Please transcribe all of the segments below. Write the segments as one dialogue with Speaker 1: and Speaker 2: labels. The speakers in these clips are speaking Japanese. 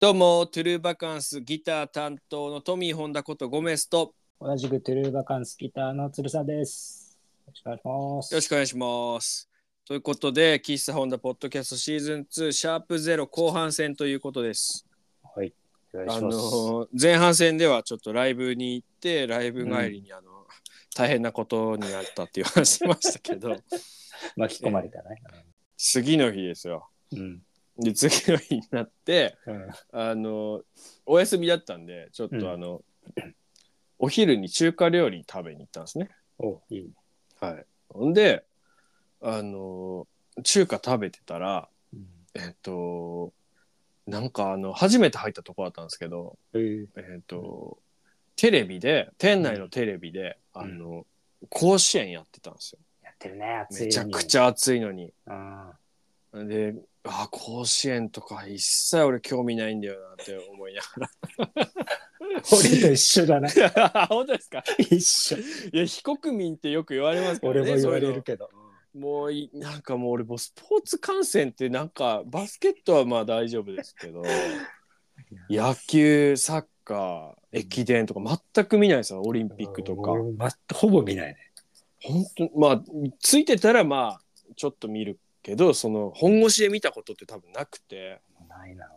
Speaker 1: どうも、トゥルーバカンスギター担当のトミー・ホンダことゴメスと、
Speaker 2: 同じくトゥルーバカンスギターの鶴さんです。よろしくお願いします。
Speaker 1: よろしくお願いします。ということで、喫茶ホンダポッドキャストシーズン2、シャープゼロ後半戦ということです。
Speaker 2: はい。お願い
Speaker 1: あ
Speaker 2: し
Speaker 1: の
Speaker 2: ます。
Speaker 1: ー前半戦ではちょっとライブに行って、ライブ帰りにあの、大変なことになったっていう話しましたけど、
Speaker 2: 巻き込まれたね。
Speaker 1: 次の日ですよ。
Speaker 2: うん。
Speaker 1: で、次の日になって、
Speaker 2: うん
Speaker 1: あのお休みだったんでちょっ
Speaker 2: うん
Speaker 1: とあの、お昼に中華料理食べに行ったんですね
Speaker 2: おいいね。
Speaker 1: はいほんであの中華食べてたら
Speaker 2: うん
Speaker 1: えっとなんかあの初めて入ったとこだったんですけど
Speaker 2: えー
Speaker 1: えっと、テレビで店内のテレビで、
Speaker 2: ん
Speaker 1: あの甲子園やってたんですよ
Speaker 2: やってるね、暑い。
Speaker 1: めちゃくちゃ暑いのに
Speaker 2: ゃ。
Speaker 1: であ甲子園とか一切俺興味ないんだよなって思いなが
Speaker 2: 俺と一緒だな。
Speaker 1: ら 本当ですか
Speaker 2: 一緒。
Speaker 1: いや非国民ってよく言われますけどね
Speaker 2: 俺も言わ
Speaker 1: そう
Speaker 2: れ
Speaker 1: いう
Speaker 2: る
Speaker 1: の
Speaker 2: けど。
Speaker 1: もういなんかもう俺もうスポーツ観戦ってなんかバスケットはまあ大丈夫ですけ ど野球サッカー駅伝とか全く見ないですよオリンピックとか
Speaker 2: 俺もまほぼ見ないね。
Speaker 1: 本当まあついてたらまあちょっと見るけどその本腰で見たことって多分なくて、
Speaker 2: ないな。
Speaker 1: う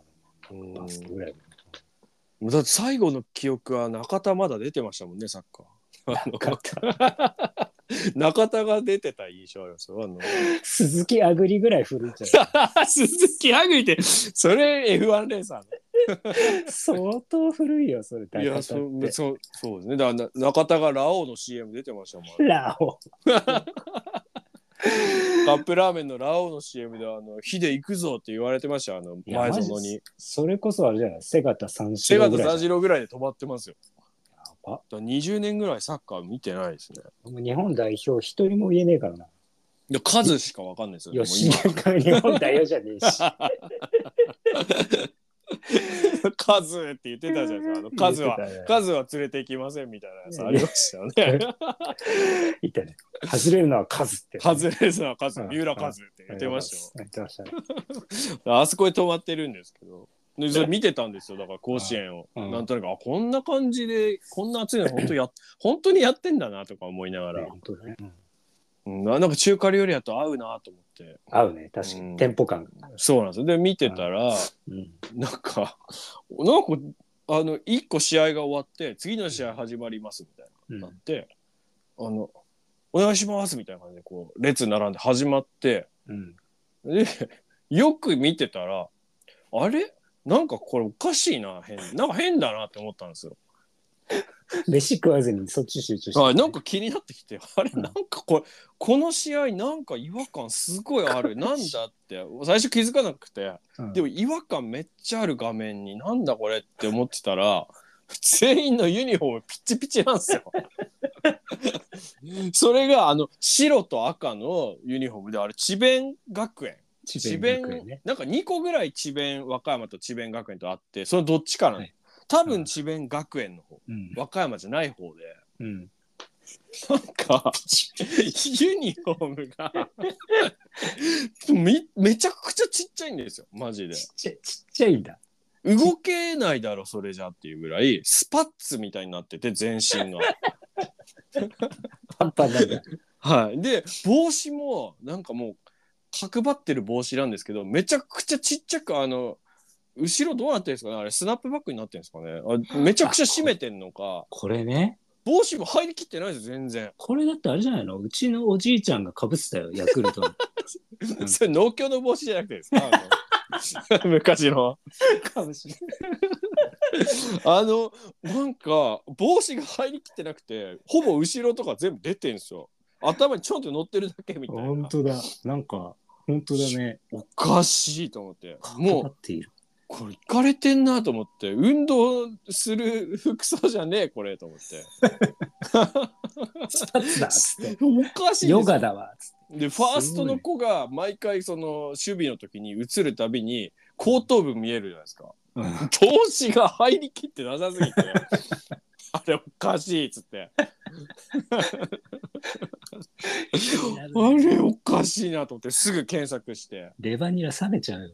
Speaker 2: 俺
Speaker 1: ん
Speaker 2: もバスケぐらい。
Speaker 1: だって最後の記憶は中田まだ出てましたもんねサッカー。あの
Speaker 2: 中
Speaker 1: 中田が出てた印象ありますよあの
Speaker 2: 鈴木アグリぐらい古いんじゃ
Speaker 1: 鈴木ハグリってそれ F1 レーサーね。
Speaker 2: ない相当古いよ、そ
Speaker 1: い
Speaker 2: れ。
Speaker 1: や
Speaker 2: 中田
Speaker 1: そ
Speaker 2: っ
Speaker 1: う
Speaker 2: て
Speaker 1: そうそうですねだからな中田がラオウの CM 出てま したもん
Speaker 2: ラオ。
Speaker 1: カップラーメンのラオウの CM であの「火で行くぞ」って言われてましたよあの
Speaker 2: いや
Speaker 1: 前
Speaker 2: マ
Speaker 1: 園
Speaker 2: ジ
Speaker 1: に
Speaker 2: それこそあれじゃない。セガタ三
Speaker 1: 瀬
Speaker 2: 四
Speaker 1: 形
Speaker 2: 郎ぐら
Speaker 1: 三
Speaker 2: いじゃん。
Speaker 1: 四郎ぐらいで止まってますよ
Speaker 2: やば
Speaker 1: だから20年ぐらいサッカー見てないですね
Speaker 2: もう日本代表一人も言えねえからな。
Speaker 1: いや数しかわかんないですよねもう
Speaker 2: 吉野が日本代表じゃね えし。
Speaker 1: 今 数って言ってたじゃないですかあ の数は
Speaker 2: 言ってたね
Speaker 1: 数は連れて行きませんみたいなやつありましたよね
Speaker 2: いたね。外れるのは数って。
Speaker 1: カズレーザーカズ、
Speaker 2: うん
Speaker 1: 三浦カズって言ってましたよ。
Speaker 2: 言ってましたね。
Speaker 1: あそこで止まってるんですけど。でそれ見てたんですよだから甲子園を、
Speaker 2: うん
Speaker 1: なんとなくあこんな感じでこんな暑いの本 当や本当にやってんだなとか思いながら、
Speaker 2: 本当だね。うん
Speaker 1: うん、あなんか中華料理やと合うなと思って
Speaker 2: 合うね、確か
Speaker 1: うん
Speaker 2: に。テンポ感。
Speaker 1: そうなんですよで見てたら、
Speaker 2: うん
Speaker 1: なんかなんかあの1個試合が終わって次の試合始まりますみたいな
Speaker 2: う
Speaker 1: なっ
Speaker 2: ん
Speaker 1: て、あのお願いしますみたいな感じでこう列並んで始まって、
Speaker 2: うん。
Speaker 1: で よく見てたらあれなんかこれおかしいな変なんか変だなって思ったんですよ。
Speaker 2: 飯食わずにそっち集中して。
Speaker 1: あなんか気になってきてあれ
Speaker 2: うん
Speaker 1: なんかこれこの試合なんか違和感すごいあ るなんだって最初気づかなくて
Speaker 2: うん、
Speaker 1: でも違和感めっちゃある画面になんだこれって思ってたら全員のユニフォームピチピチなん ですよ。それがあの白と赤のユニフォームであれ智弁学園智
Speaker 2: 智
Speaker 1: 弁
Speaker 2: 弁学園ね。
Speaker 1: なんか2個ぐらい智弁和歌山と智弁学園とあってそのどっちかなの、
Speaker 2: はい
Speaker 1: 多分智弁学園の方、
Speaker 2: うん
Speaker 1: 和歌山じゃない方で
Speaker 2: うん。
Speaker 1: なん かユニフォームがめめちゃくちゃちっちゃいんですよマジで
Speaker 2: ちっちゃい、ちっちゃいんだ。
Speaker 1: 動けないだろそれじゃっていうぐらいスパッツみたいになってて全身が
Speaker 2: パンパンなんだ。
Speaker 1: はいで帽子もなんかもう角張ってる帽子なんですけどめちゃくちゃちっちゃくあの後ろどうなってるんですかねあれスナップバックになってるんですかねあめちゃくちゃ締めてんのか
Speaker 2: これね。
Speaker 1: 帽子も入りきってないですよ全然
Speaker 2: これだってあれじゃないのうちのおじいちゃんがかぶってたよ、ヤクルト の。うん
Speaker 1: それ農協の帽子じゃなくてですかあ の昔の
Speaker 2: かもしれ
Speaker 1: あのなんか帽子が入りきってなくてほぼ後ろとか全部出てるんですよ頭にちょんって乗ってるだけみたいな
Speaker 2: 本当だ。なんか、本当だね。
Speaker 1: おかしいと思っても
Speaker 2: か
Speaker 1: う
Speaker 2: かっている。
Speaker 1: これいかれてんなと思って運動する服装じゃねえこれと思って
Speaker 2: スパッツだっ つって。
Speaker 1: おかしいですよ
Speaker 2: ヨガだわ。つって
Speaker 1: でファーストの子が毎回その守備の時に映るたびに後頭部見えるじゃないですか
Speaker 2: うん
Speaker 1: 投資が入りきってなさすぎて あれおかしいっつってあれおかしいなと思ってすぐ検索して
Speaker 2: レバニラ冷めちゃうよ。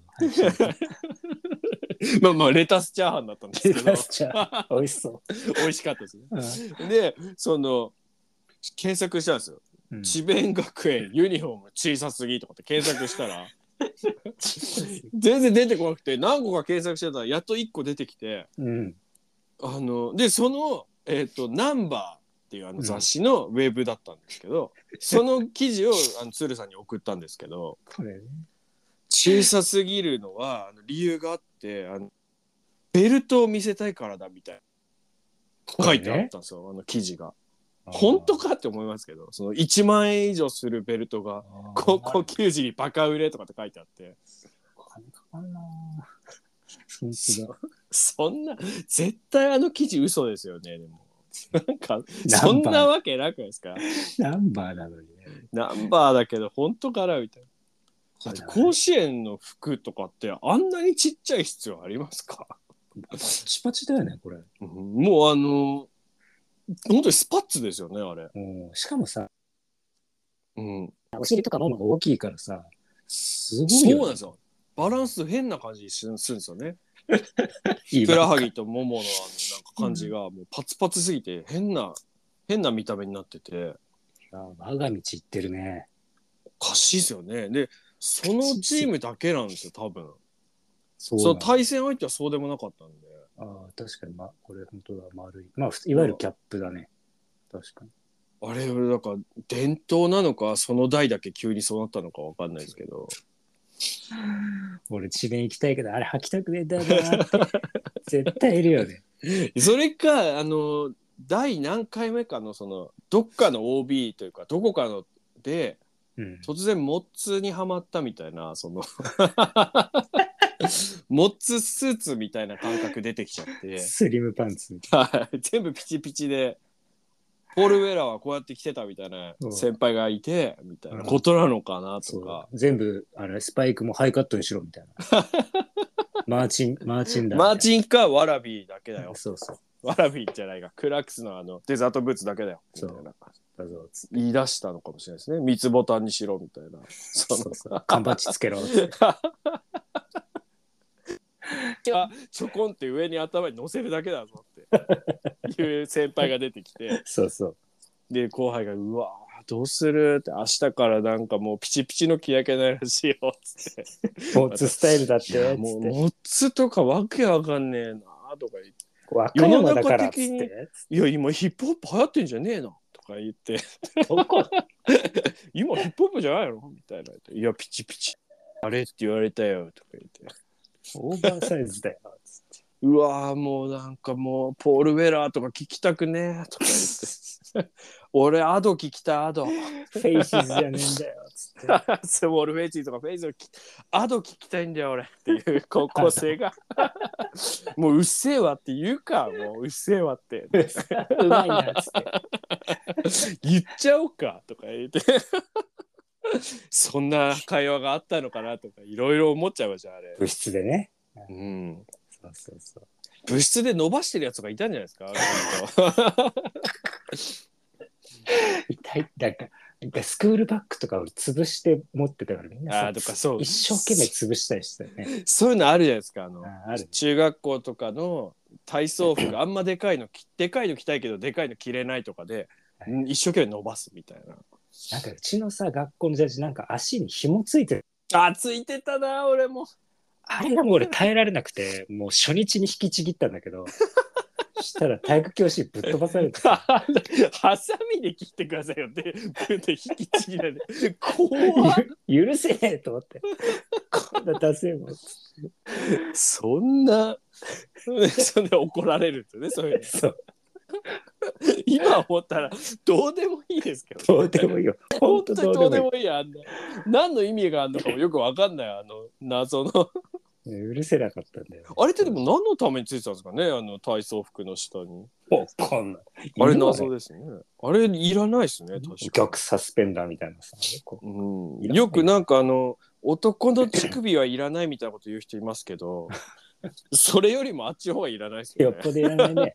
Speaker 1: まあまあレタスチャーハンだったんです
Speaker 2: レ
Speaker 1: けど
Speaker 2: タスチャーハン美味しそ
Speaker 1: 美味しかったですね
Speaker 2: う。
Speaker 1: でその検索したんですよ
Speaker 2: うん
Speaker 1: 智弁学 園ユニフォーム小さすぎとかって検索したら全然出てこなくて何個か検索してたらやっと1個出てきて
Speaker 2: うん。
Speaker 1: あのでその、えーと「ナンバーっていうあの雑誌のウェブだったんですけ ど、その記事をあの鶴さんに送ったんですけど
Speaker 2: これね。
Speaker 1: 小さすぎるのはあの理由があってあのベルトを見せたいからだみたいな書いてあったんですよ、あの記事が。本当かって思いますけどその1万円以上するベルトが
Speaker 2: あー
Speaker 1: 高校球児にバカ売れとかって書いてあって
Speaker 2: お金かかんな本当だ。
Speaker 1: そんな絶対あの記事嘘ですよねでも なんか
Speaker 2: ナ
Speaker 1: そん
Speaker 2: ンバー
Speaker 1: なわけなくないですか
Speaker 2: ナンバーなのにね。
Speaker 1: ナンバーだけど本当かなみたいなあと甲子園の服とかってあんなにちっちゃい必要ありますか
Speaker 2: パチパチだよね、これ。
Speaker 1: もうあの本当にスパッツですよねあれ
Speaker 2: うんしかもさ、
Speaker 1: うん
Speaker 2: お尻とかもも大きいからさ、すごいよ
Speaker 1: そ
Speaker 2: ね、
Speaker 1: うなんですよバランス変な感じするんですよね
Speaker 2: いい
Speaker 1: ふ
Speaker 2: わ
Speaker 1: くらはぎともものあのなんか感じがもうパツパツすぎて変な変な見た目になってて
Speaker 2: あ我が道行ってるね。
Speaker 1: おかしいですよねでそのチームだけなんですよ多分
Speaker 2: そ
Speaker 1: その
Speaker 2: なんだ
Speaker 1: 対戦相手はそうでもなかったんで
Speaker 2: あー確かに、ま、これ本当だ、丸い。まあ、ふいわゆるキャップだね。確かに。
Speaker 1: あれだから伝統なのかその代だけ急にそうなったのかわかんないですけど
Speaker 2: 俺、智弁行きたいけど、あれ履きたくねえんだよな って。絶対いるよね。
Speaker 1: それかあの第何回目かのそのどっかの OB というかどこかので
Speaker 2: うん。
Speaker 1: 突然モッツにはまったみたいなそ のモッツスーツみたいな感覚出てきちゃって
Speaker 2: スリムパンツ。
Speaker 1: はい 全部ピチピチでポール・ウェラーはこうやって着てたみたいな
Speaker 2: うん
Speaker 1: 先輩がいてみたいなことなのかなとか、
Speaker 2: そう全部あれスパイクもハイカットにしろみたい なマーチンマーチンだ
Speaker 1: マー
Speaker 2: ン
Speaker 1: チンかワラビーだけだよ
Speaker 2: そうそう
Speaker 1: ワラビーじゃないかクラックスのあのデザートブーツだけだよみたいな
Speaker 2: だぞつって
Speaker 1: 言い出したのかもしれないですね三つボタンにしろみたいな そ
Speaker 2: そう
Speaker 1: の
Speaker 2: そう缶バッチつけろって
Speaker 1: あちょこんって上に頭に乗せるだけだぞって いう先輩が出てきて
Speaker 2: そうそう
Speaker 1: で後輩が「うわどうする?」って「明日からなんかもうピチピチの日焼けになるらしいよ」つって
Speaker 2: モッツスタイルだ
Speaker 1: 「
Speaker 2: っ
Speaker 1: い
Speaker 2: て
Speaker 1: や
Speaker 2: っ
Speaker 1: も
Speaker 2: つ
Speaker 1: う
Speaker 2: って
Speaker 1: モッツとかわけわかんねえな」とか言って
Speaker 2: 和歌山だから
Speaker 1: 世の中
Speaker 2: っつ
Speaker 1: 的
Speaker 2: っ
Speaker 1: に
Speaker 2: て
Speaker 1: 「いや今ヒップホップ流行ってんじゃねえの」とか言って
Speaker 2: どこ
Speaker 1: 「今ヒップホップじゃないの?」みたいな「いやピチピチあれ?」って言われたよとか言って
Speaker 2: オーバーサイズだよつっ
Speaker 1: うわーもうなんかもうポール・ウェラーとか聞きたくねえとか言って 俺アド聞きたいアド
Speaker 2: てフェイシーズじゃねえんだよつって
Speaker 1: スモールフェイチーとかフェイスをきアド聞きたいんだよ俺っていう高校生 がもううっせえわって言うかもううっせえわって
Speaker 2: うまいなつって
Speaker 1: 言っちゃおうかとか言ってそんな会話があったのかなとかいろいろ思っちゃいましたあれ、
Speaker 2: 部室でね
Speaker 1: うん、
Speaker 2: そうそうそう
Speaker 1: 部室で伸ばしてるやつがいたんじゃないですか
Speaker 2: 痛いなんかなんかスクールバッグとかを潰して持ってたからみんなさ
Speaker 1: あーとかそう
Speaker 2: 一生懸命潰したりしてたよね
Speaker 1: そういうのあるじゃないですかあの
Speaker 2: あーある
Speaker 1: 中学校とかの体操服あんまでかいのきでかいの着たいけどでかいの着れないとかで、
Speaker 2: はい
Speaker 1: うん一生懸命伸ばすみたいな。
Speaker 2: なんかうちのさ学校のジャージなんか足に紐ついてる
Speaker 1: あついてたな俺も。
Speaker 2: あれがもう俺耐えられなくてもう初日に引きちぎったんだけ どしたら体育教師ぶっ飛ばされてさ
Speaker 1: ハサミで切ってくださいよってブンって引きちぎられて怖っ
Speaker 2: ゆ許せねえと思ってこんな出せもん
Speaker 1: そんなそんで怒られるんですよねそういう
Speaker 2: そう
Speaker 1: の今思ったらどうでもいいですけどね
Speaker 2: どうでもいいよ
Speaker 1: 本
Speaker 2: 本
Speaker 1: 当に
Speaker 2: 当ど
Speaker 1: どう
Speaker 2: う
Speaker 1: で
Speaker 2: でも
Speaker 1: もいいやあんな何の意味があるのかもよくわかんないあの謎の
Speaker 2: いい許せなかったんだよね、
Speaker 1: あれってでも何のためについてたんですかねあの体操服の下に。
Speaker 2: もうこんな
Speaker 1: あれ
Speaker 2: いるわ
Speaker 1: 謎ですね。あれいらないですね、確か
Speaker 2: 逆サスペンダーみたいなさこ
Speaker 1: に。
Speaker 2: い
Speaker 1: う、
Speaker 2: らなんい
Speaker 1: よくなんかあの、男の乳首はいらないみたいなこと言う人いますけど、 それよりもあっちの方がいらないです
Speaker 2: うよ
Speaker 1: よ
Speaker 2: っ
Speaker 1: ね。
Speaker 2: ぽどいらないね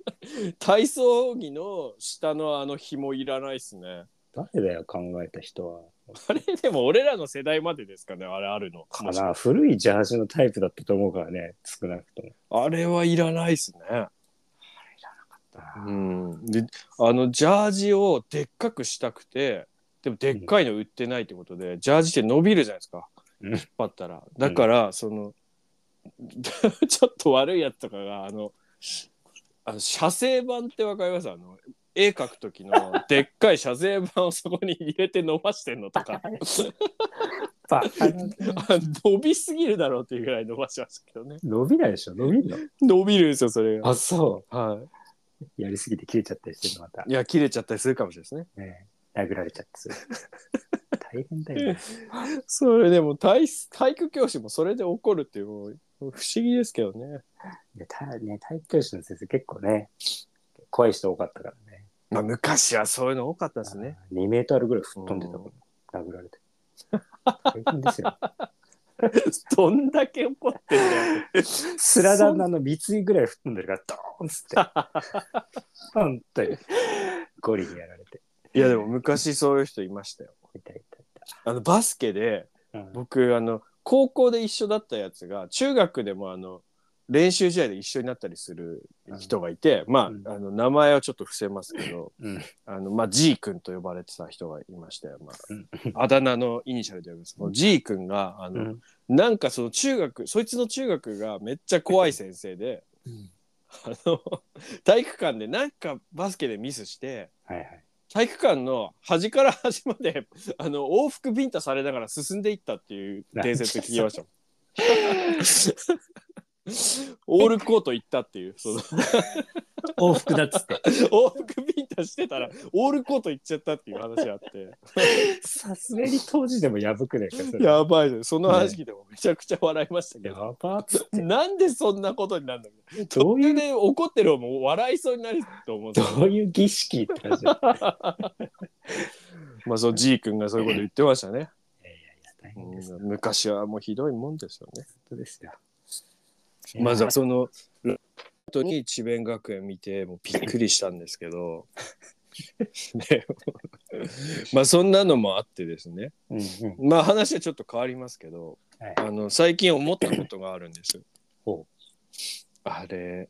Speaker 1: 体操着の下のあの紐いらないですね。
Speaker 2: 誰だよ、考えた人は。
Speaker 1: あれでも俺らの世代までですかねあれあるの
Speaker 2: かな古いジャージのタイプだったと思うからね、少なくとも。
Speaker 1: あれはいらないですね。うん、であのジャージをでっかくしたくてでもでっかいの売ってないってことで、ジャージって伸びるじゃないですか
Speaker 2: うん
Speaker 1: 引っ張ったらだからその、 ちょっと悪いやつとかがあのあの写生板ってわかりますあの絵描く時のでっかい写生板をそこに入れて伸ばしてんのとか
Speaker 2: バカなんだよ
Speaker 1: あ伸びすぎるだろうっていうぐらい伸ばしましたけどね
Speaker 2: 伸びないでしょ伸びるの
Speaker 1: 伸びるんですよそれが。
Speaker 2: あ、そ
Speaker 1: は
Speaker 2: う。やりすぎて切れちゃったりしてるのまた
Speaker 1: い、。いや切れちゃったりするかもしれないですね。
Speaker 2: ね殴られちゃってする。大変だよね。
Speaker 1: それでも体体育教師もそれで怒るっていうもう不思議ですけどね。
Speaker 2: でたね体育教師の先生結構ね、怖い人多かったからね。
Speaker 1: まあ昔はそういうの多かったですね。
Speaker 2: あー2メートルぐらい吹っ飛んでたもん。殴られて。大変ですよ。
Speaker 1: どんだけ怒ってんだよ。
Speaker 2: スラダンのあの三井ぐらい吹っ飛んでるから、ドーンっ つって。本当に。ゴリにやられて。
Speaker 1: いやでも昔そういう人いましたよ。
Speaker 2: 痛い痛い
Speaker 1: あのバスケで
Speaker 2: 痛い。うん
Speaker 1: 僕あの高校で一緒だったやつが中学でもあの練習試合で一緒になったりする人がいて、ま
Speaker 2: うん
Speaker 1: ああの名前はちょっと伏せますけど、
Speaker 2: うん
Speaker 1: あのまあ G 君と呼ばれてた人がいましたよ、ま
Speaker 2: うん
Speaker 1: あ、あだ名のイニシャルで呼びます。もう G 君があの、なんかその中学そいつの中学がめっちゃ怖い先生で
Speaker 2: うん
Speaker 1: あの体育館でなんかバスケでミスして
Speaker 2: はいはい。
Speaker 1: 体育館の端から端まであの往復ビンタされながら進んでいったっていう伝説聞きましたもんオールコート行ったっていうその
Speaker 2: 往復だっつって。
Speaker 1: 往復ビンタしてたらオールコート行っちゃったっていう話があって
Speaker 2: さすがに当時でもやばくないか、それ。
Speaker 1: やばいですその話聞いてもめちゃくちゃ笑いましたけ
Speaker 2: や
Speaker 1: ど、
Speaker 2: ばっつって。
Speaker 1: なんでそんなことになるの
Speaker 2: どういう、
Speaker 1: で怒ってる方も笑いそうになると思うんですよ
Speaker 2: どういう儀式って感じ だった。い
Speaker 1: まあそう G 君がそういうこと言ってましたね、
Speaker 2: やいやいや、大変です。
Speaker 1: うん、昔はもうひどいもんですよね
Speaker 2: 本当ですよ。
Speaker 1: まずはその後に智弁学園見てもうびっくりしたんですけ どでまあそんなのもあってですね
Speaker 2: うんうん。
Speaker 1: まあ話はちょっと変わりますけど
Speaker 2: はい
Speaker 1: あの最近思ったことがあるんです
Speaker 2: ほ
Speaker 1: あれ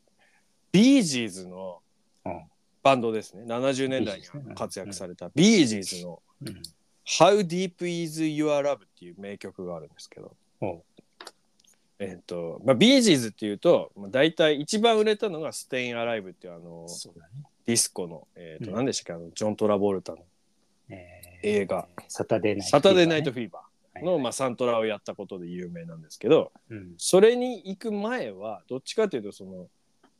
Speaker 1: ビージーズの
Speaker 2: うん
Speaker 1: バンドですね70年代に活躍されたビージーズの
Speaker 2: う。うん。
Speaker 1: How Deep Is Your Love っていう名曲があるんですけど、
Speaker 2: ほ
Speaker 1: えっ、と、まあ、ビージーズっていうと、まあ、大体一番売れたのがステインアライブっていうあの
Speaker 2: う。そうだね。
Speaker 1: ディスコの、えっ、と、
Speaker 2: うん
Speaker 1: 何でしたっけ、あの、ジョン・トラボルタの
Speaker 2: えー
Speaker 1: 映画。
Speaker 2: サタデーナイト。
Speaker 1: サタデーナイト・フィーバー
Speaker 2: は
Speaker 1: の、
Speaker 2: い
Speaker 1: まあ、サントラをやったことで有名なんですけど、
Speaker 2: うん。
Speaker 1: それに行く前は、どっちかというと、その、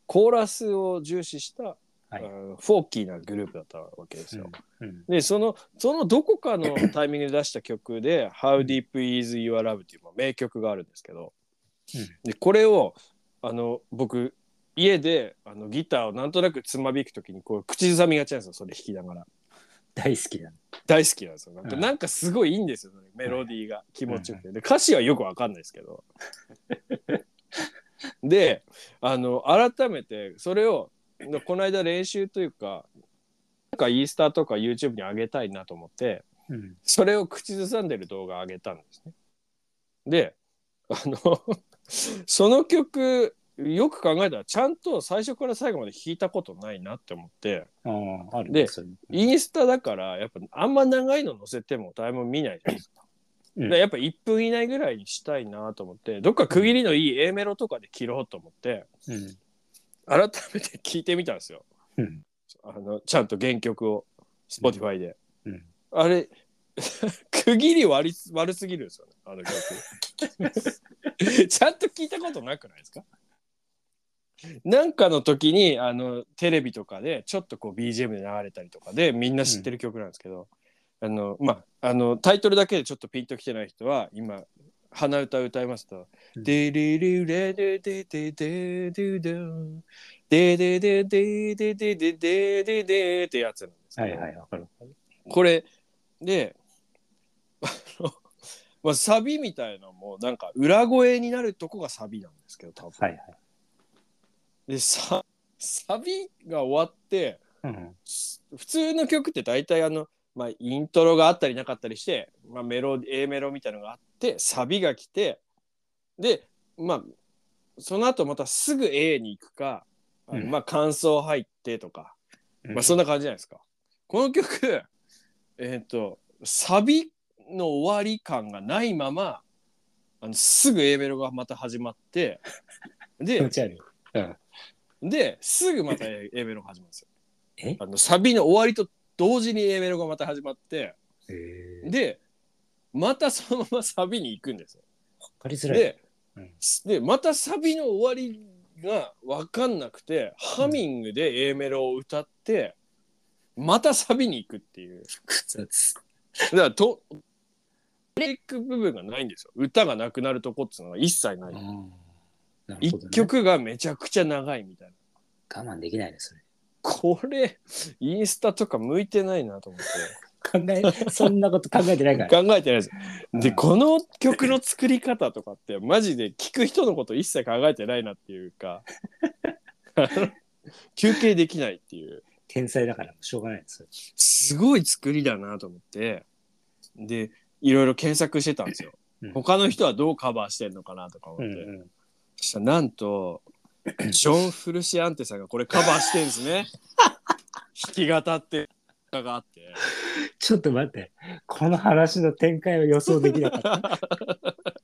Speaker 1: コーラスを重視した、
Speaker 2: はい
Speaker 1: あのフォーキーなグループだったわけですよ。
Speaker 2: うん。
Speaker 1: でそのそのどこかのタイミングで出した曲で「How Deep Is Your Love」っていうまあ名曲があるんですけど、
Speaker 2: う
Speaker 1: でこれをあの僕家であのギターをなんとなくつまびくときにこう口ずさみがちなんですよそれ弾きながら
Speaker 2: 大好きだね。
Speaker 1: 大好きなんですよなんか,、
Speaker 2: うん
Speaker 1: なんかすごいいいんですよそれメロディーが気持ちよくてで歌詞はよくわかんないですけど であの改めてそれをこの間練習というかなんかインスタとか YouTube に上げたいなと思って
Speaker 2: うん。
Speaker 1: それを口ずさんでる動画上げたんですね。で、あの、 その曲、よく考えたら、ちゃんと最初から最後まで弾いたことないなって思って、
Speaker 2: ああ、ある
Speaker 1: で
Speaker 2: そういう
Speaker 1: インスタだから、やっぱあんま長いの載せても誰も見ないじゃないですか。
Speaker 2: うん
Speaker 1: でやっぱ1分以内ぐらいにしたいなと思って、どっか区切りのいい A メロとかで切ろうと思って、
Speaker 2: うん。
Speaker 1: 改めて聞いてみたんですよ。
Speaker 2: うん。
Speaker 1: あのちゃんと原曲を、Spotify で。
Speaker 2: うん。
Speaker 1: あれ、区切り悪い悪すぎるんですよね、あの曲。ちゃんと聞いたことなくないですかなんかの時にあのテレビとかでちょっとこう BGM で流れたりとかでみんな知ってる曲なんですけど、あのまああのタイトルだけでちょっとピンときてない人は今鼻歌歌いますと「
Speaker 2: うん
Speaker 1: デリリレデデデデデデンデデデデデデデデデデ」ってやつなんですけ
Speaker 2: は
Speaker 1: ど
Speaker 2: いはい、わかる。
Speaker 1: これであの、 まあ、サビみたいのもなんか裏声になるとこがサビなんですけど多分、
Speaker 2: はいはい。
Speaker 1: でササビが終わって
Speaker 2: うん。
Speaker 1: 普通の曲って大体あのまあ、イントロがあったりなかったりして、まあ、メロ A メロみたいなのがあってサビが来てでまあその後またすぐ A に行くか、あの
Speaker 2: うん
Speaker 1: まあ感想入ってとか、まあ、そん
Speaker 2: の
Speaker 1: な感じじゃないですか。この曲 えっ、とサビの終わり感がないままあのすぐ A メロがまた始まって
Speaker 2: 気持
Speaker 1: で
Speaker 2: ち悪い。うん。
Speaker 1: ですぐまた A メロが始まるんですよ。
Speaker 2: え
Speaker 1: あのサビの終わりと同時に A メロがまた始まって
Speaker 2: えー、
Speaker 1: でまたそのままサビに行くんですよ。
Speaker 2: わかりづらい。
Speaker 1: で,、
Speaker 2: うん
Speaker 1: でまたサビの終わりが分かんなくてハミングで A メロを歌って、またサビに行くっていう
Speaker 2: 複雑。
Speaker 1: だからとブレイク部分がないんですよ歌がなくなるとこっていうのが一切ない、
Speaker 2: うんなるほ
Speaker 1: 一
Speaker 2: どね、
Speaker 1: 曲がめちゃくちゃ長いみたいな
Speaker 2: 我慢できないね、それ。
Speaker 1: これインスタとか向いてないなと思って
Speaker 2: 考え、そんなこと考えてないから。
Speaker 1: 考えてないですで
Speaker 2: うん
Speaker 1: この曲の作り方とかってマジで聞く人のこと一切考えてないなっていうか あの休憩できないっていう
Speaker 2: 天才だから、しょうがないです。
Speaker 1: すごい作りだなと思ってでいろいろ検索してたんですよ
Speaker 2: うん
Speaker 1: 他の人はどうカバーしてんのかなとか思っ
Speaker 2: う
Speaker 1: て、
Speaker 2: んうん。
Speaker 1: そしたらなんとジョン・フルシアンテさんがこれカバーしてんですね弾き語って歌があって
Speaker 2: ちょっと待って、この話の展開は予想できなかった。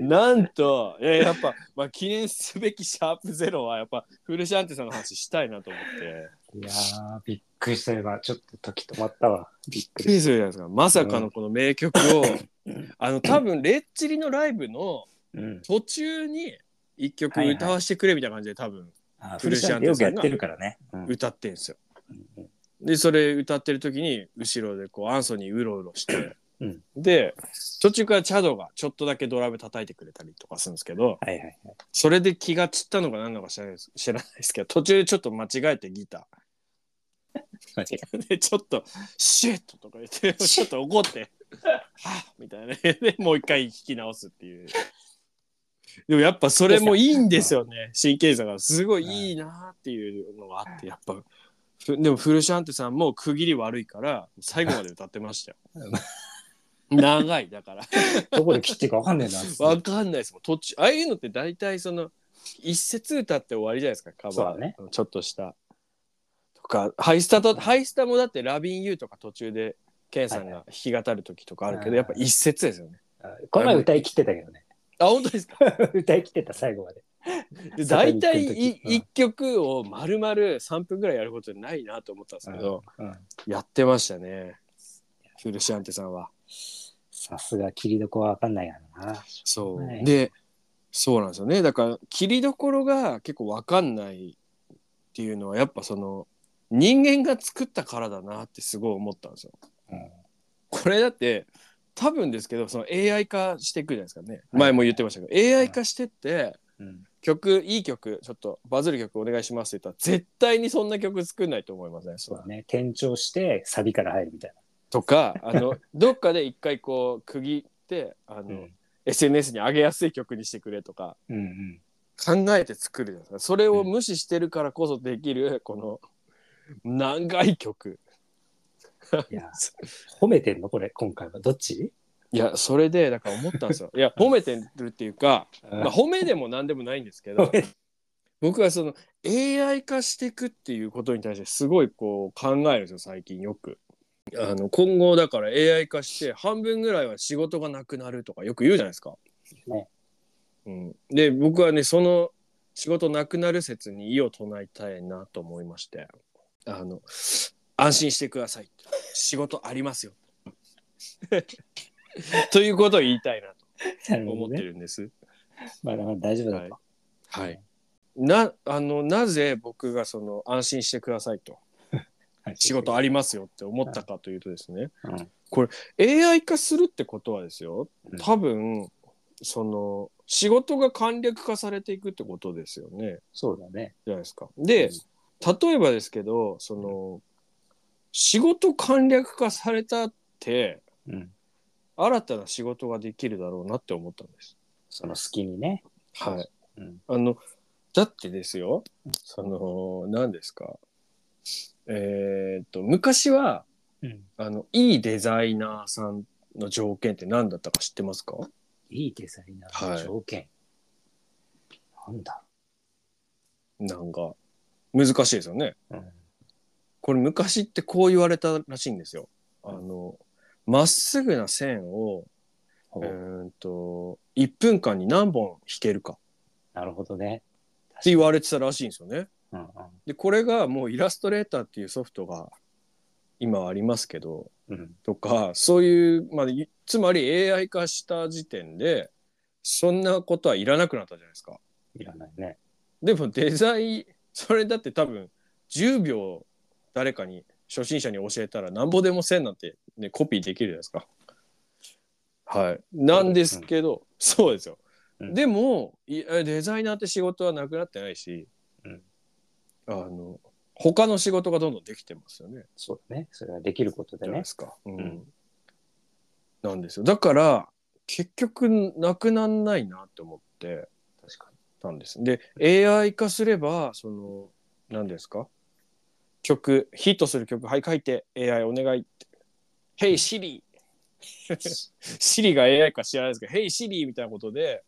Speaker 1: なんといややっぱ、まあ、記念すべきシャープゼロはやっぱフルシアンテさんの話したいなと思って
Speaker 2: いやー、びっくりした今。ちょっと時止まったわ。びっく
Speaker 1: びっく
Speaker 2: り
Speaker 1: りするじゃないですかまさかのこの名曲を、あの多分レッチリのライブの
Speaker 2: うん。
Speaker 1: 途中に一曲歌わせてくれみたいな感じで多分
Speaker 2: あ、
Speaker 1: フ
Speaker 2: フ
Speaker 1: ル
Speaker 2: ル
Speaker 1: シ
Speaker 2: シ
Speaker 1: ャ
Speaker 2: ャ
Speaker 1: ン
Speaker 2: ン
Speaker 1: テ
Speaker 2: で
Speaker 1: さ
Speaker 2: よ
Speaker 1: ん
Speaker 2: く
Speaker 1: が
Speaker 2: やってるからね。うん
Speaker 1: 歌ってんですよ。
Speaker 2: うん
Speaker 1: でそれ歌ってる時に後ろでこうアンソニーうろうろして、
Speaker 2: うん
Speaker 1: で途中からチャドがちょっとだけドラム叩いてくれたりとかするんですけど
Speaker 2: はいはい。
Speaker 1: それで気が散ったのか何なのか知らないです知らないですけど途中でちょっと間違えてギタ
Speaker 2: 間違え
Speaker 1: ー でちょっと「シェット!」とか言ってちょっと怒って 「はあ」みたいなでもう一回弾き直すっていう。でもやっぱそれもいいんですよね神経質だからすごいいいなっていうのがあってやっぱふでもフルシャンテさんも区切り悪いから最後まで歌ってましたよ 長いだから
Speaker 2: た。どこで切っていいかわかんねえな。
Speaker 1: わかんないですもん途中ああいうのって大体その一節歌って終わりじゃないですかカ
Speaker 2: そう
Speaker 1: バー、
Speaker 2: だね
Speaker 1: ちょっとしたとかハイスタとハイスタもだって「ラビン・ユー」とか途中でケンさんが弾き語る時とかあるけど、
Speaker 2: はい
Speaker 1: やっぱ一節ですよね
Speaker 2: この前歌い切ってたけどね。
Speaker 1: あ本当ですか
Speaker 2: 歌い切ってた、最後まで。
Speaker 1: で大
Speaker 2: 坂に行く
Speaker 1: 体
Speaker 2: 時
Speaker 1: い
Speaker 2: うん
Speaker 1: 一曲を丸々3分ぐらいやることないなと思ったんですけど、
Speaker 2: うん
Speaker 1: やってましたねフルシアンテさんは
Speaker 2: さすが、切りどこはわかんないやろな。
Speaker 1: そう、
Speaker 2: はい
Speaker 1: でそうなんですよねだから切りどころが結構わかんないっていうのはやっぱその人間が作ったからだなってすごい思ったんですよ。
Speaker 2: うん
Speaker 1: これだって多分ですけどその AI 化していくじゃないですかね前も言ってましたけど AI 化してって
Speaker 2: うん。
Speaker 1: 曲いい曲ちょっとバズる曲お願いしますって言ったら絶対にそんな曲作んないと思いません、
Speaker 2: そうだね。転調して、サビから入るみたい
Speaker 1: とかあの どっかで一回こう区切ってあの、
Speaker 2: な。うん。
Speaker 1: SNS に上げやすい曲にしてくれとか
Speaker 2: うんうん。
Speaker 1: 考えて作るじゃないですかそれを無視してるからこそできるこの長い曲
Speaker 2: いや、褒めてんのこれ、今回は。どっち
Speaker 1: いやそれでだから思ったんですよいや褒めてるっていうか、 まあ、
Speaker 2: あ
Speaker 1: 褒めでも何でもないんですけど僕はその AI 化していくっていうことに対してすごいこう考えるんですよ最近よく。あの今後だから AI 化して半分ぐらいは仕事がなくなるとかよく言うじゃないですか。
Speaker 2: ね
Speaker 1: うん、で僕はねその仕事なくなる説に異を唱えたいなと思いましてあの安心してください仕事あります よ ということを言いたいな
Speaker 2: なる
Speaker 1: と思
Speaker 2: ほ
Speaker 1: っ
Speaker 2: ど
Speaker 1: て
Speaker 2: ね。
Speaker 1: るんです。
Speaker 2: まあ、だから大丈夫だと。
Speaker 1: はい。な、あの、なぜ僕がその安心してくださいと、
Speaker 2: はい
Speaker 1: 仕事ありますよって思ったかというとですね、
Speaker 2: うん
Speaker 1: これ AI 化するってことはですよ
Speaker 2: うん、
Speaker 1: 多分、その、仕事が簡略化されていくってことですよね、
Speaker 2: そうだね。
Speaker 1: じゃないですか。で、例えばですけど、その、仕事簡略化されたって、
Speaker 2: うん、
Speaker 1: 新たな仕事ができるだろうなって思ったんです。
Speaker 2: その隙にね。
Speaker 1: はい。
Speaker 2: うん
Speaker 1: あのだってですよその何ですかえーっと昔は
Speaker 2: うん
Speaker 1: あのいいデザイナーさんの条件って何だったか知ってますか
Speaker 2: いいデザイナーの条件。なんだ、
Speaker 1: なんか難しいですよね。
Speaker 2: うん
Speaker 1: これ昔ってこう言われたらしいんですよ。あのまっすぐな線をう
Speaker 2: ほう
Speaker 1: ーんと1分間に何本引けるか
Speaker 2: なるほどね。
Speaker 1: って言われてたらしいんですよね。
Speaker 2: うんうん
Speaker 1: でこれがもうイラストレーターっていうソフトが今はありますけど
Speaker 2: うん、
Speaker 1: とかそういう、まあ、いつまり AI 化した時点でそんなことはいらなくなったじゃないですか。
Speaker 2: いらないね。
Speaker 1: でもデザインそれだって多分10秒誰かに初心者に教えたらなんぼでも1000なんて、ね、コピーできるじゃないですか。はい、なんですけど、そうですよ。
Speaker 2: うん
Speaker 1: でもいえデザイナーって仕事はなくなってないし、
Speaker 2: うん
Speaker 1: あの他の仕事がどんどんできてますよね。
Speaker 2: そうだね。それはできること
Speaker 1: じ
Speaker 2: で
Speaker 1: ゃない
Speaker 2: ね
Speaker 1: で。すか。うん
Speaker 2: ん
Speaker 1: なんですよだから結局なくなんないなって思って。
Speaker 2: 確か
Speaker 1: なんです。で AI 化すればその何ですか曲ヒットする曲はい書いて AI お願いって「Hey Siri」Siri が AI か知らないですけど「Hey Siri」みたいなことで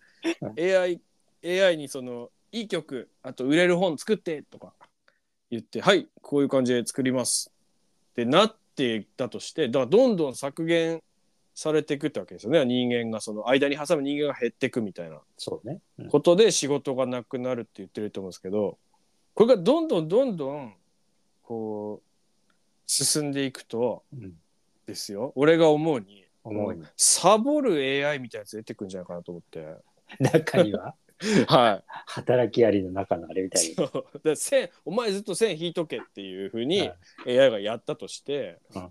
Speaker 1: AI, AI にそのいい曲あと売れる本作ってとか言って「はいこういう感じで作ります」ってなっていったとしてだからどんどん削減されていくってわけですよね人間がその間に挟む人間が減っていくみたいな。
Speaker 2: に。そうね。うん
Speaker 1: ことで仕事がなくなるって言ってると思うんですけどこれがどんどんどんどんこう進んでいくと
Speaker 2: うん、
Speaker 1: ですよ俺が思うに
Speaker 2: 思いに。
Speaker 1: サボる AI みたいなやつ出てくるんじゃないかなと思って
Speaker 2: 中には、
Speaker 1: は
Speaker 2: 働きありの中のあれみた い
Speaker 1: いそうだから線お前ずっと線引いとけっていうふうに
Speaker 2: は
Speaker 1: AI がやったとして、
Speaker 2: うん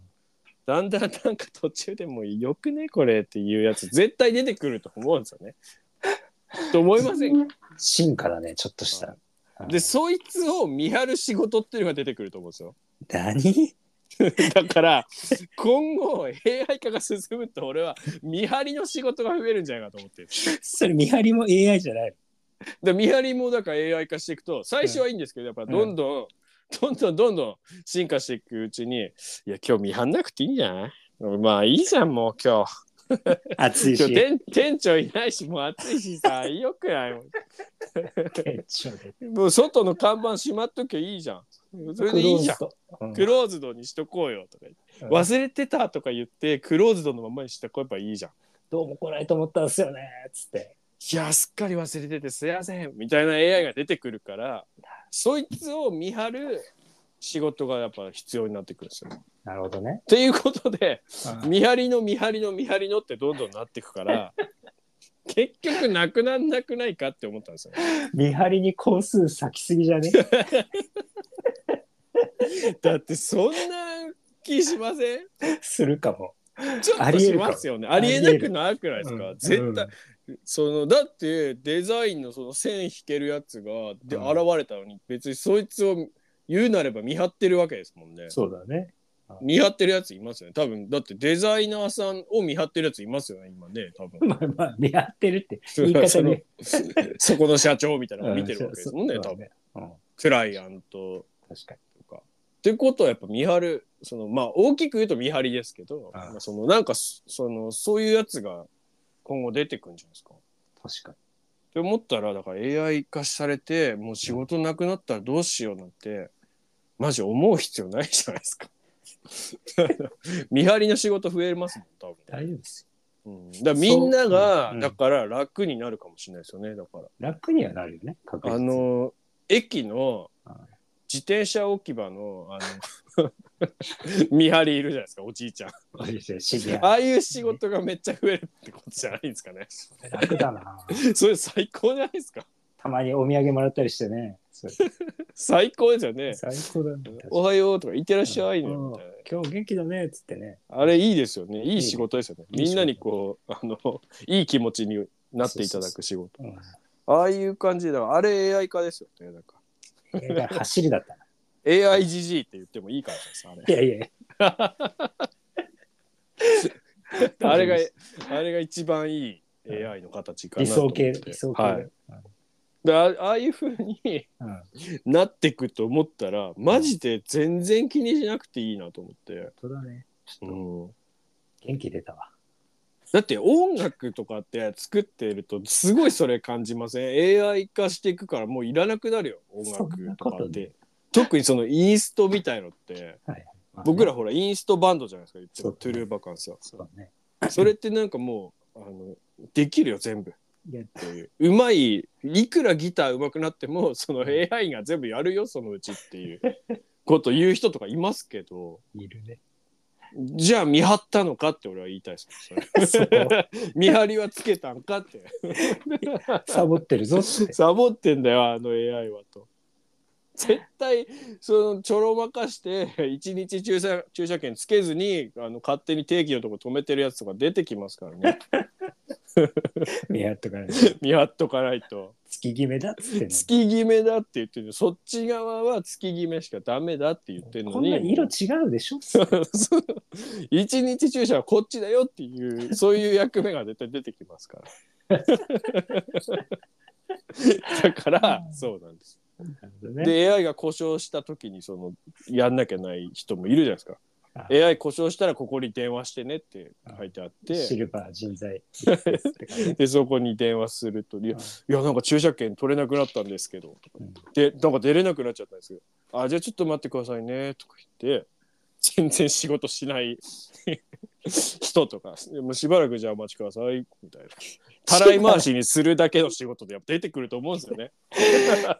Speaker 1: だんだんなんか途中でもうよくねこれっていうやつ絶対出てくると思うんですよね。 と思いませんか
Speaker 2: に。進化だね、ちょっとした。うん
Speaker 1: でそいつを見張る仕事っていうのが出てくると思うんですよ。
Speaker 2: 何
Speaker 1: だから今後 AI 化が進むと俺は見張りの仕事が増えるんじゃないかと思ってる
Speaker 2: それ見張りも AI じゃない
Speaker 1: で見張りもだから AI 化していくと最初はいいんですけどやっぱどんどん、どんどんどんどん進化していくうちにいや今日見張んなくていいんじゃないまあいいじゃんもう今日
Speaker 2: の暑い
Speaker 1: 今日
Speaker 2: し
Speaker 1: 店店長いないしもう暑いし さよくないも
Speaker 2: 店長で
Speaker 1: んもう外の看板閉まっときゃいいじゃんそれでいいじゃん
Speaker 2: クローズドうん
Speaker 1: クローズドにしとこうよとか言って忘れてたとか言ってクローズドのままにしてこえばいいじゃん
Speaker 2: どうも来ないと思ったんですよねつって
Speaker 1: いやすっかり忘れててすいませんみたいな AI が出てくるからそいつを見張る仕事がやっぱ必要になってくるんですよ。っ
Speaker 2: なるほどね
Speaker 1: ていうことで
Speaker 2: うん
Speaker 1: 見張りの見張りの見張りのってどんどんなっていくから 結局なくなんなくないかって思ったんですよね。
Speaker 2: 見張りに工数咲きすぎじ ゃね
Speaker 1: だってそんな気しません
Speaker 2: するかも
Speaker 1: ちょっ
Speaker 2: あ
Speaker 1: と
Speaker 2: りえ
Speaker 1: し
Speaker 2: るかも
Speaker 1: ますよね。ありえなくないくないですか、
Speaker 2: うん
Speaker 1: 絶対
Speaker 2: うん
Speaker 1: そのだってデザインのその線引けるやつがで、
Speaker 2: うん
Speaker 1: 現れたのに別にそいつを言うなれば見張ってるわけですもんね。
Speaker 2: そうだね
Speaker 1: 見張ってるやついますよね。多分だってデザイナーさんを見張ってるやついますよね今ね多分。
Speaker 2: まあまあ見張ってるって言い方
Speaker 1: その
Speaker 2: に
Speaker 1: そこの社長みたいなの
Speaker 2: う
Speaker 1: を
Speaker 2: ん
Speaker 1: 見てるわけですもんね、
Speaker 2: そう
Speaker 1: 多
Speaker 2: そう
Speaker 1: 分
Speaker 2: だうん
Speaker 1: クライアント
Speaker 2: 確かに
Speaker 1: とか。ってことはやっぱ見張るそのまあ大きく言うと見張りですけど、
Speaker 2: ああ
Speaker 1: まあそのなんかそそのそういうやつが今後出てくるんじゃないですか。
Speaker 2: 確か
Speaker 1: って思ったらだから AI 化されてもう仕事なくなったらどうしようなんてマジ思う必要ないじゃないですか。見張りの仕事増えますもん多
Speaker 2: に大丈夫です
Speaker 1: 分、うん、だからみんなが、
Speaker 2: そううん
Speaker 1: だから楽になるかもしれないですよねだか
Speaker 2: よ楽にはなるよね確
Speaker 1: らあ
Speaker 2: 実に
Speaker 1: の駅の
Speaker 2: はい
Speaker 1: 自転車置き場のあの 見張りいるじゃないですかおじいちゃん
Speaker 2: シビ
Speaker 1: あ
Speaker 2: ア
Speaker 1: あいう仕事がめっちゃ増えるってことじゃないですかね
Speaker 2: 楽だな
Speaker 1: それ最高じゃないですか
Speaker 2: たまにお土産もらったりしてねそれ
Speaker 1: 最高ですよね
Speaker 2: 最高だね
Speaker 1: おはようとか、いってらっしゃいね、
Speaker 2: うん
Speaker 1: みたいな。
Speaker 2: 今日元気だねっつってね
Speaker 1: あれいいですよね。いい仕事ですよね。
Speaker 2: いいね
Speaker 1: みんなにこう、あの、いい気持ちになっていただく仕事。
Speaker 2: うん
Speaker 1: ああいう感じだから。あれ AI 化ですよね。なんか。
Speaker 2: 映画走りだったな
Speaker 1: AIGG って言ってもいいからです、あ
Speaker 2: い
Speaker 1: れ。
Speaker 2: やいやいや
Speaker 1: あ れが、あれが一番いい AI の形かな
Speaker 2: 理
Speaker 1: と
Speaker 2: 想
Speaker 1: 思って。
Speaker 2: 系理想系だ、
Speaker 1: はい。であああいうふうに
Speaker 2: うん
Speaker 1: なってくと思ったら、マジで全然気にしなくていいなと思って。
Speaker 2: そうだねち
Speaker 1: う
Speaker 2: ょっと
Speaker 1: ん、
Speaker 2: 元気出たわ。
Speaker 1: だって音楽とかって作ってるとすごいそれ感じません AI 化していくからもういらなくなるよ音
Speaker 2: そん
Speaker 1: 楽
Speaker 2: な
Speaker 1: と
Speaker 2: こ
Speaker 1: かっ
Speaker 2: と
Speaker 1: て
Speaker 2: ね
Speaker 1: 特にそのインストみたいのって
Speaker 2: まあね
Speaker 1: 僕らほらインストバンドじゃないですか言って
Speaker 2: そ
Speaker 1: も
Speaker 2: う
Speaker 1: トゥルーバカンスは
Speaker 2: そうね。
Speaker 1: それってなんかもうあのできるよ全部っ
Speaker 2: いや
Speaker 1: ていううまいいくらギター上手くなってもその AI が全部やるよそのうちっていうこと言う人とかいますけど
Speaker 2: いるね。
Speaker 1: じゃあ見張ったのかって俺は言いたいですそ
Speaker 2: そう
Speaker 1: れ見張りはつけたんか って
Speaker 2: サボってるぞって。
Speaker 1: サボってんだよあの AI はと。絶対そのちょろまかして1日駐車駐車券つけずにあの勝手に定期のとこ止めてるやつとか出てきますからね
Speaker 2: 見張っとかないと。
Speaker 1: 見張っとかないと
Speaker 2: 月決めだっつってんの
Speaker 1: 月決めだって言ってるそっち側は月決めしかダメだって言ってるのに
Speaker 2: こんな色違うでしょ
Speaker 1: そう 一日駐車はこっちだよっていうそういう役目が絶対出てきますから だからそうなんです
Speaker 2: なるほどね
Speaker 1: で AI が故障した時にそのやんなきゃない人もいるじゃないですか
Speaker 2: あ
Speaker 1: AI 故障したらここに電話してねって書いてあっ
Speaker 2: シ
Speaker 1: て
Speaker 2: ルバー 人材ですってかね
Speaker 1: でそこに電話すると「いやいやなんか駐車券取れなくなったんですけど」とか
Speaker 2: うん
Speaker 1: でなんか出れなくなっちゃったんですよあじゃあちょっと待ってくださいね」とか言って 全然仕事しない 人とか「もうしばらくじゃあお待ちください」みたいなたらい回しにするだけの仕事でやっぱ出てくると思うんですよね。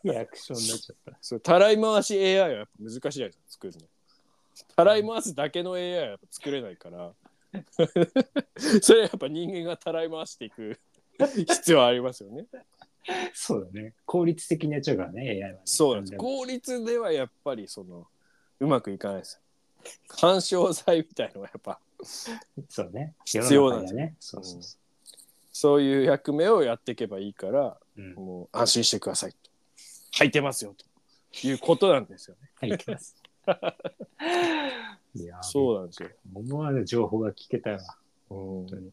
Speaker 2: リアクションになっちゃった。
Speaker 1: そうたらい回し AI はやっぱ難しいじゃないですか作るの。たらい回すだけの AI はやっぱ作れないから それはやっぱ人間がたらい回していく 必要はありますよね。
Speaker 2: そうだね。効率的にやっちゃうからね、AI はね。
Speaker 1: そうなんです効率ではやっぱりそのうまくいかないです。干渉剤みたいのはやっぱ
Speaker 2: そうね。
Speaker 1: 必要なんです
Speaker 2: 世の中にはね。そうそうそ
Speaker 1: そういう役目をやっていけばいいから
Speaker 2: う。うん。
Speaker 1: もう安心してくださいと履いてますよということなんですよね。
Speaker 2: はい、行き ます。いやー、
Speaker 1: そうなんですよ。
Speaker 2: 思わぬ情報が聞けたわ。
Speaker 1: うん
Speaker 2: 当に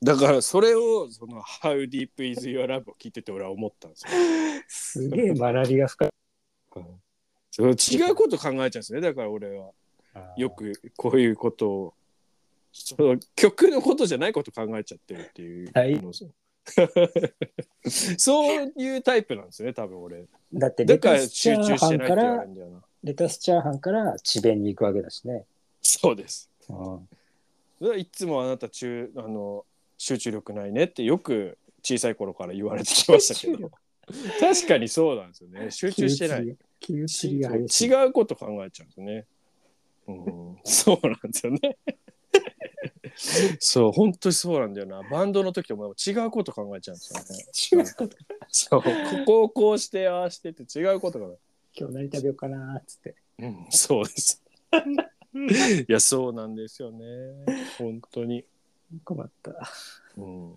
Speaker 1: だからそれをその「How Deep Is Your Love」を聞いてて俺は思ったんですよ。
Speaker 2: すげえ学びが深い。
Speaker 1: それ違うこと考えちゃうんですねだから俺は よくこういうことをその曲のことじゃないこと考えちゃってるっていう、
Speaker 2: はい
Speaker 1: そういうタイプなんですね多分俺
Speaker 2: だって
Speaker 1: だ
Speaker 2: レ
Speaker 1: か
Speaker 2: タ
Speaker 1: ら
Speaker 2: スチ
Speaker 1: 集
Speaker 2: ャー
Speaker 1: 中し
Speaker 2: ハ
Speaker 1: て
Speaker 2: ン
Speaker 1: ないって
Speaker 2: か
Speaker 1: 言われ
Speaker 2: ら
Speaker 1: るんだよな
Speaker 2: レタスチャーハンから智弁に行くわけだしね。
Speaker 1: そうです
Speaker 2: うん
Speaker 1: だからいつもあなた中あの集中力ないねってよく小さい頃から言われてきましたけど確かにそうなんですよね集中してない
Speaker 2: 気移り。気移りが激しい。
Speaker 1: 違うこと考えちゃうんですね。うん、 そうなんですよね。そう本当にそうなんだよなバンドの時も違うこと考えちゃうんですよね。
Speaker 2: 違うこと。
Speaker 1: そうここをこうしてああしてって違うことが、
Speaker 2: 今日何食べようかなーっつって。
Speaker 1: うん、そうです。 いやそうなんですよね本当に。
Speaker 2: 困った。
Speaker 1: うん、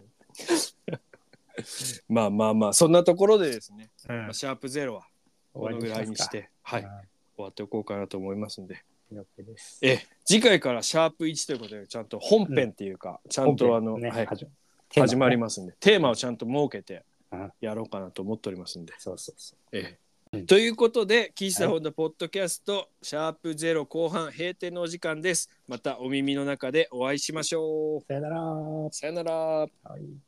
Speaker 1: まあまあまあそんなところでですね、まあシャープゼロはこのぐらいにしては
Speaker 2: 終
Speaker 1: い、終
Speaker 2: わ
Speaker 1: わっておこうかなと思いますんで。
Speaker 2: りにしますか。はい。了解です。
Speaker 1: ええ次回からシャープ1ということでちゃんと本編っていうか、ちゃんとあの、
Speaker 2: ね
Speaker 1: はい、
Speaker 2: 始ま
Speaker 1: 始まり
Speaker 2: ま
Speaker 1: ますんでテーマをちゃんと設けて
Speaker 2: うん
Speaker 1: やろうかなと思っておりますんで。
Speaker 2: す。そうそうそう。
Speaker 1: ええ
Speaker 2: うん
Speaker 1: ということで「岸田本のポッドキャスト、シャープゼロ後半閉店のお時間です。またお耳の中でお会いしましょう。
Speaker 2: さよなら。は
Speaker 1: さよなら。
Speaker 2: い。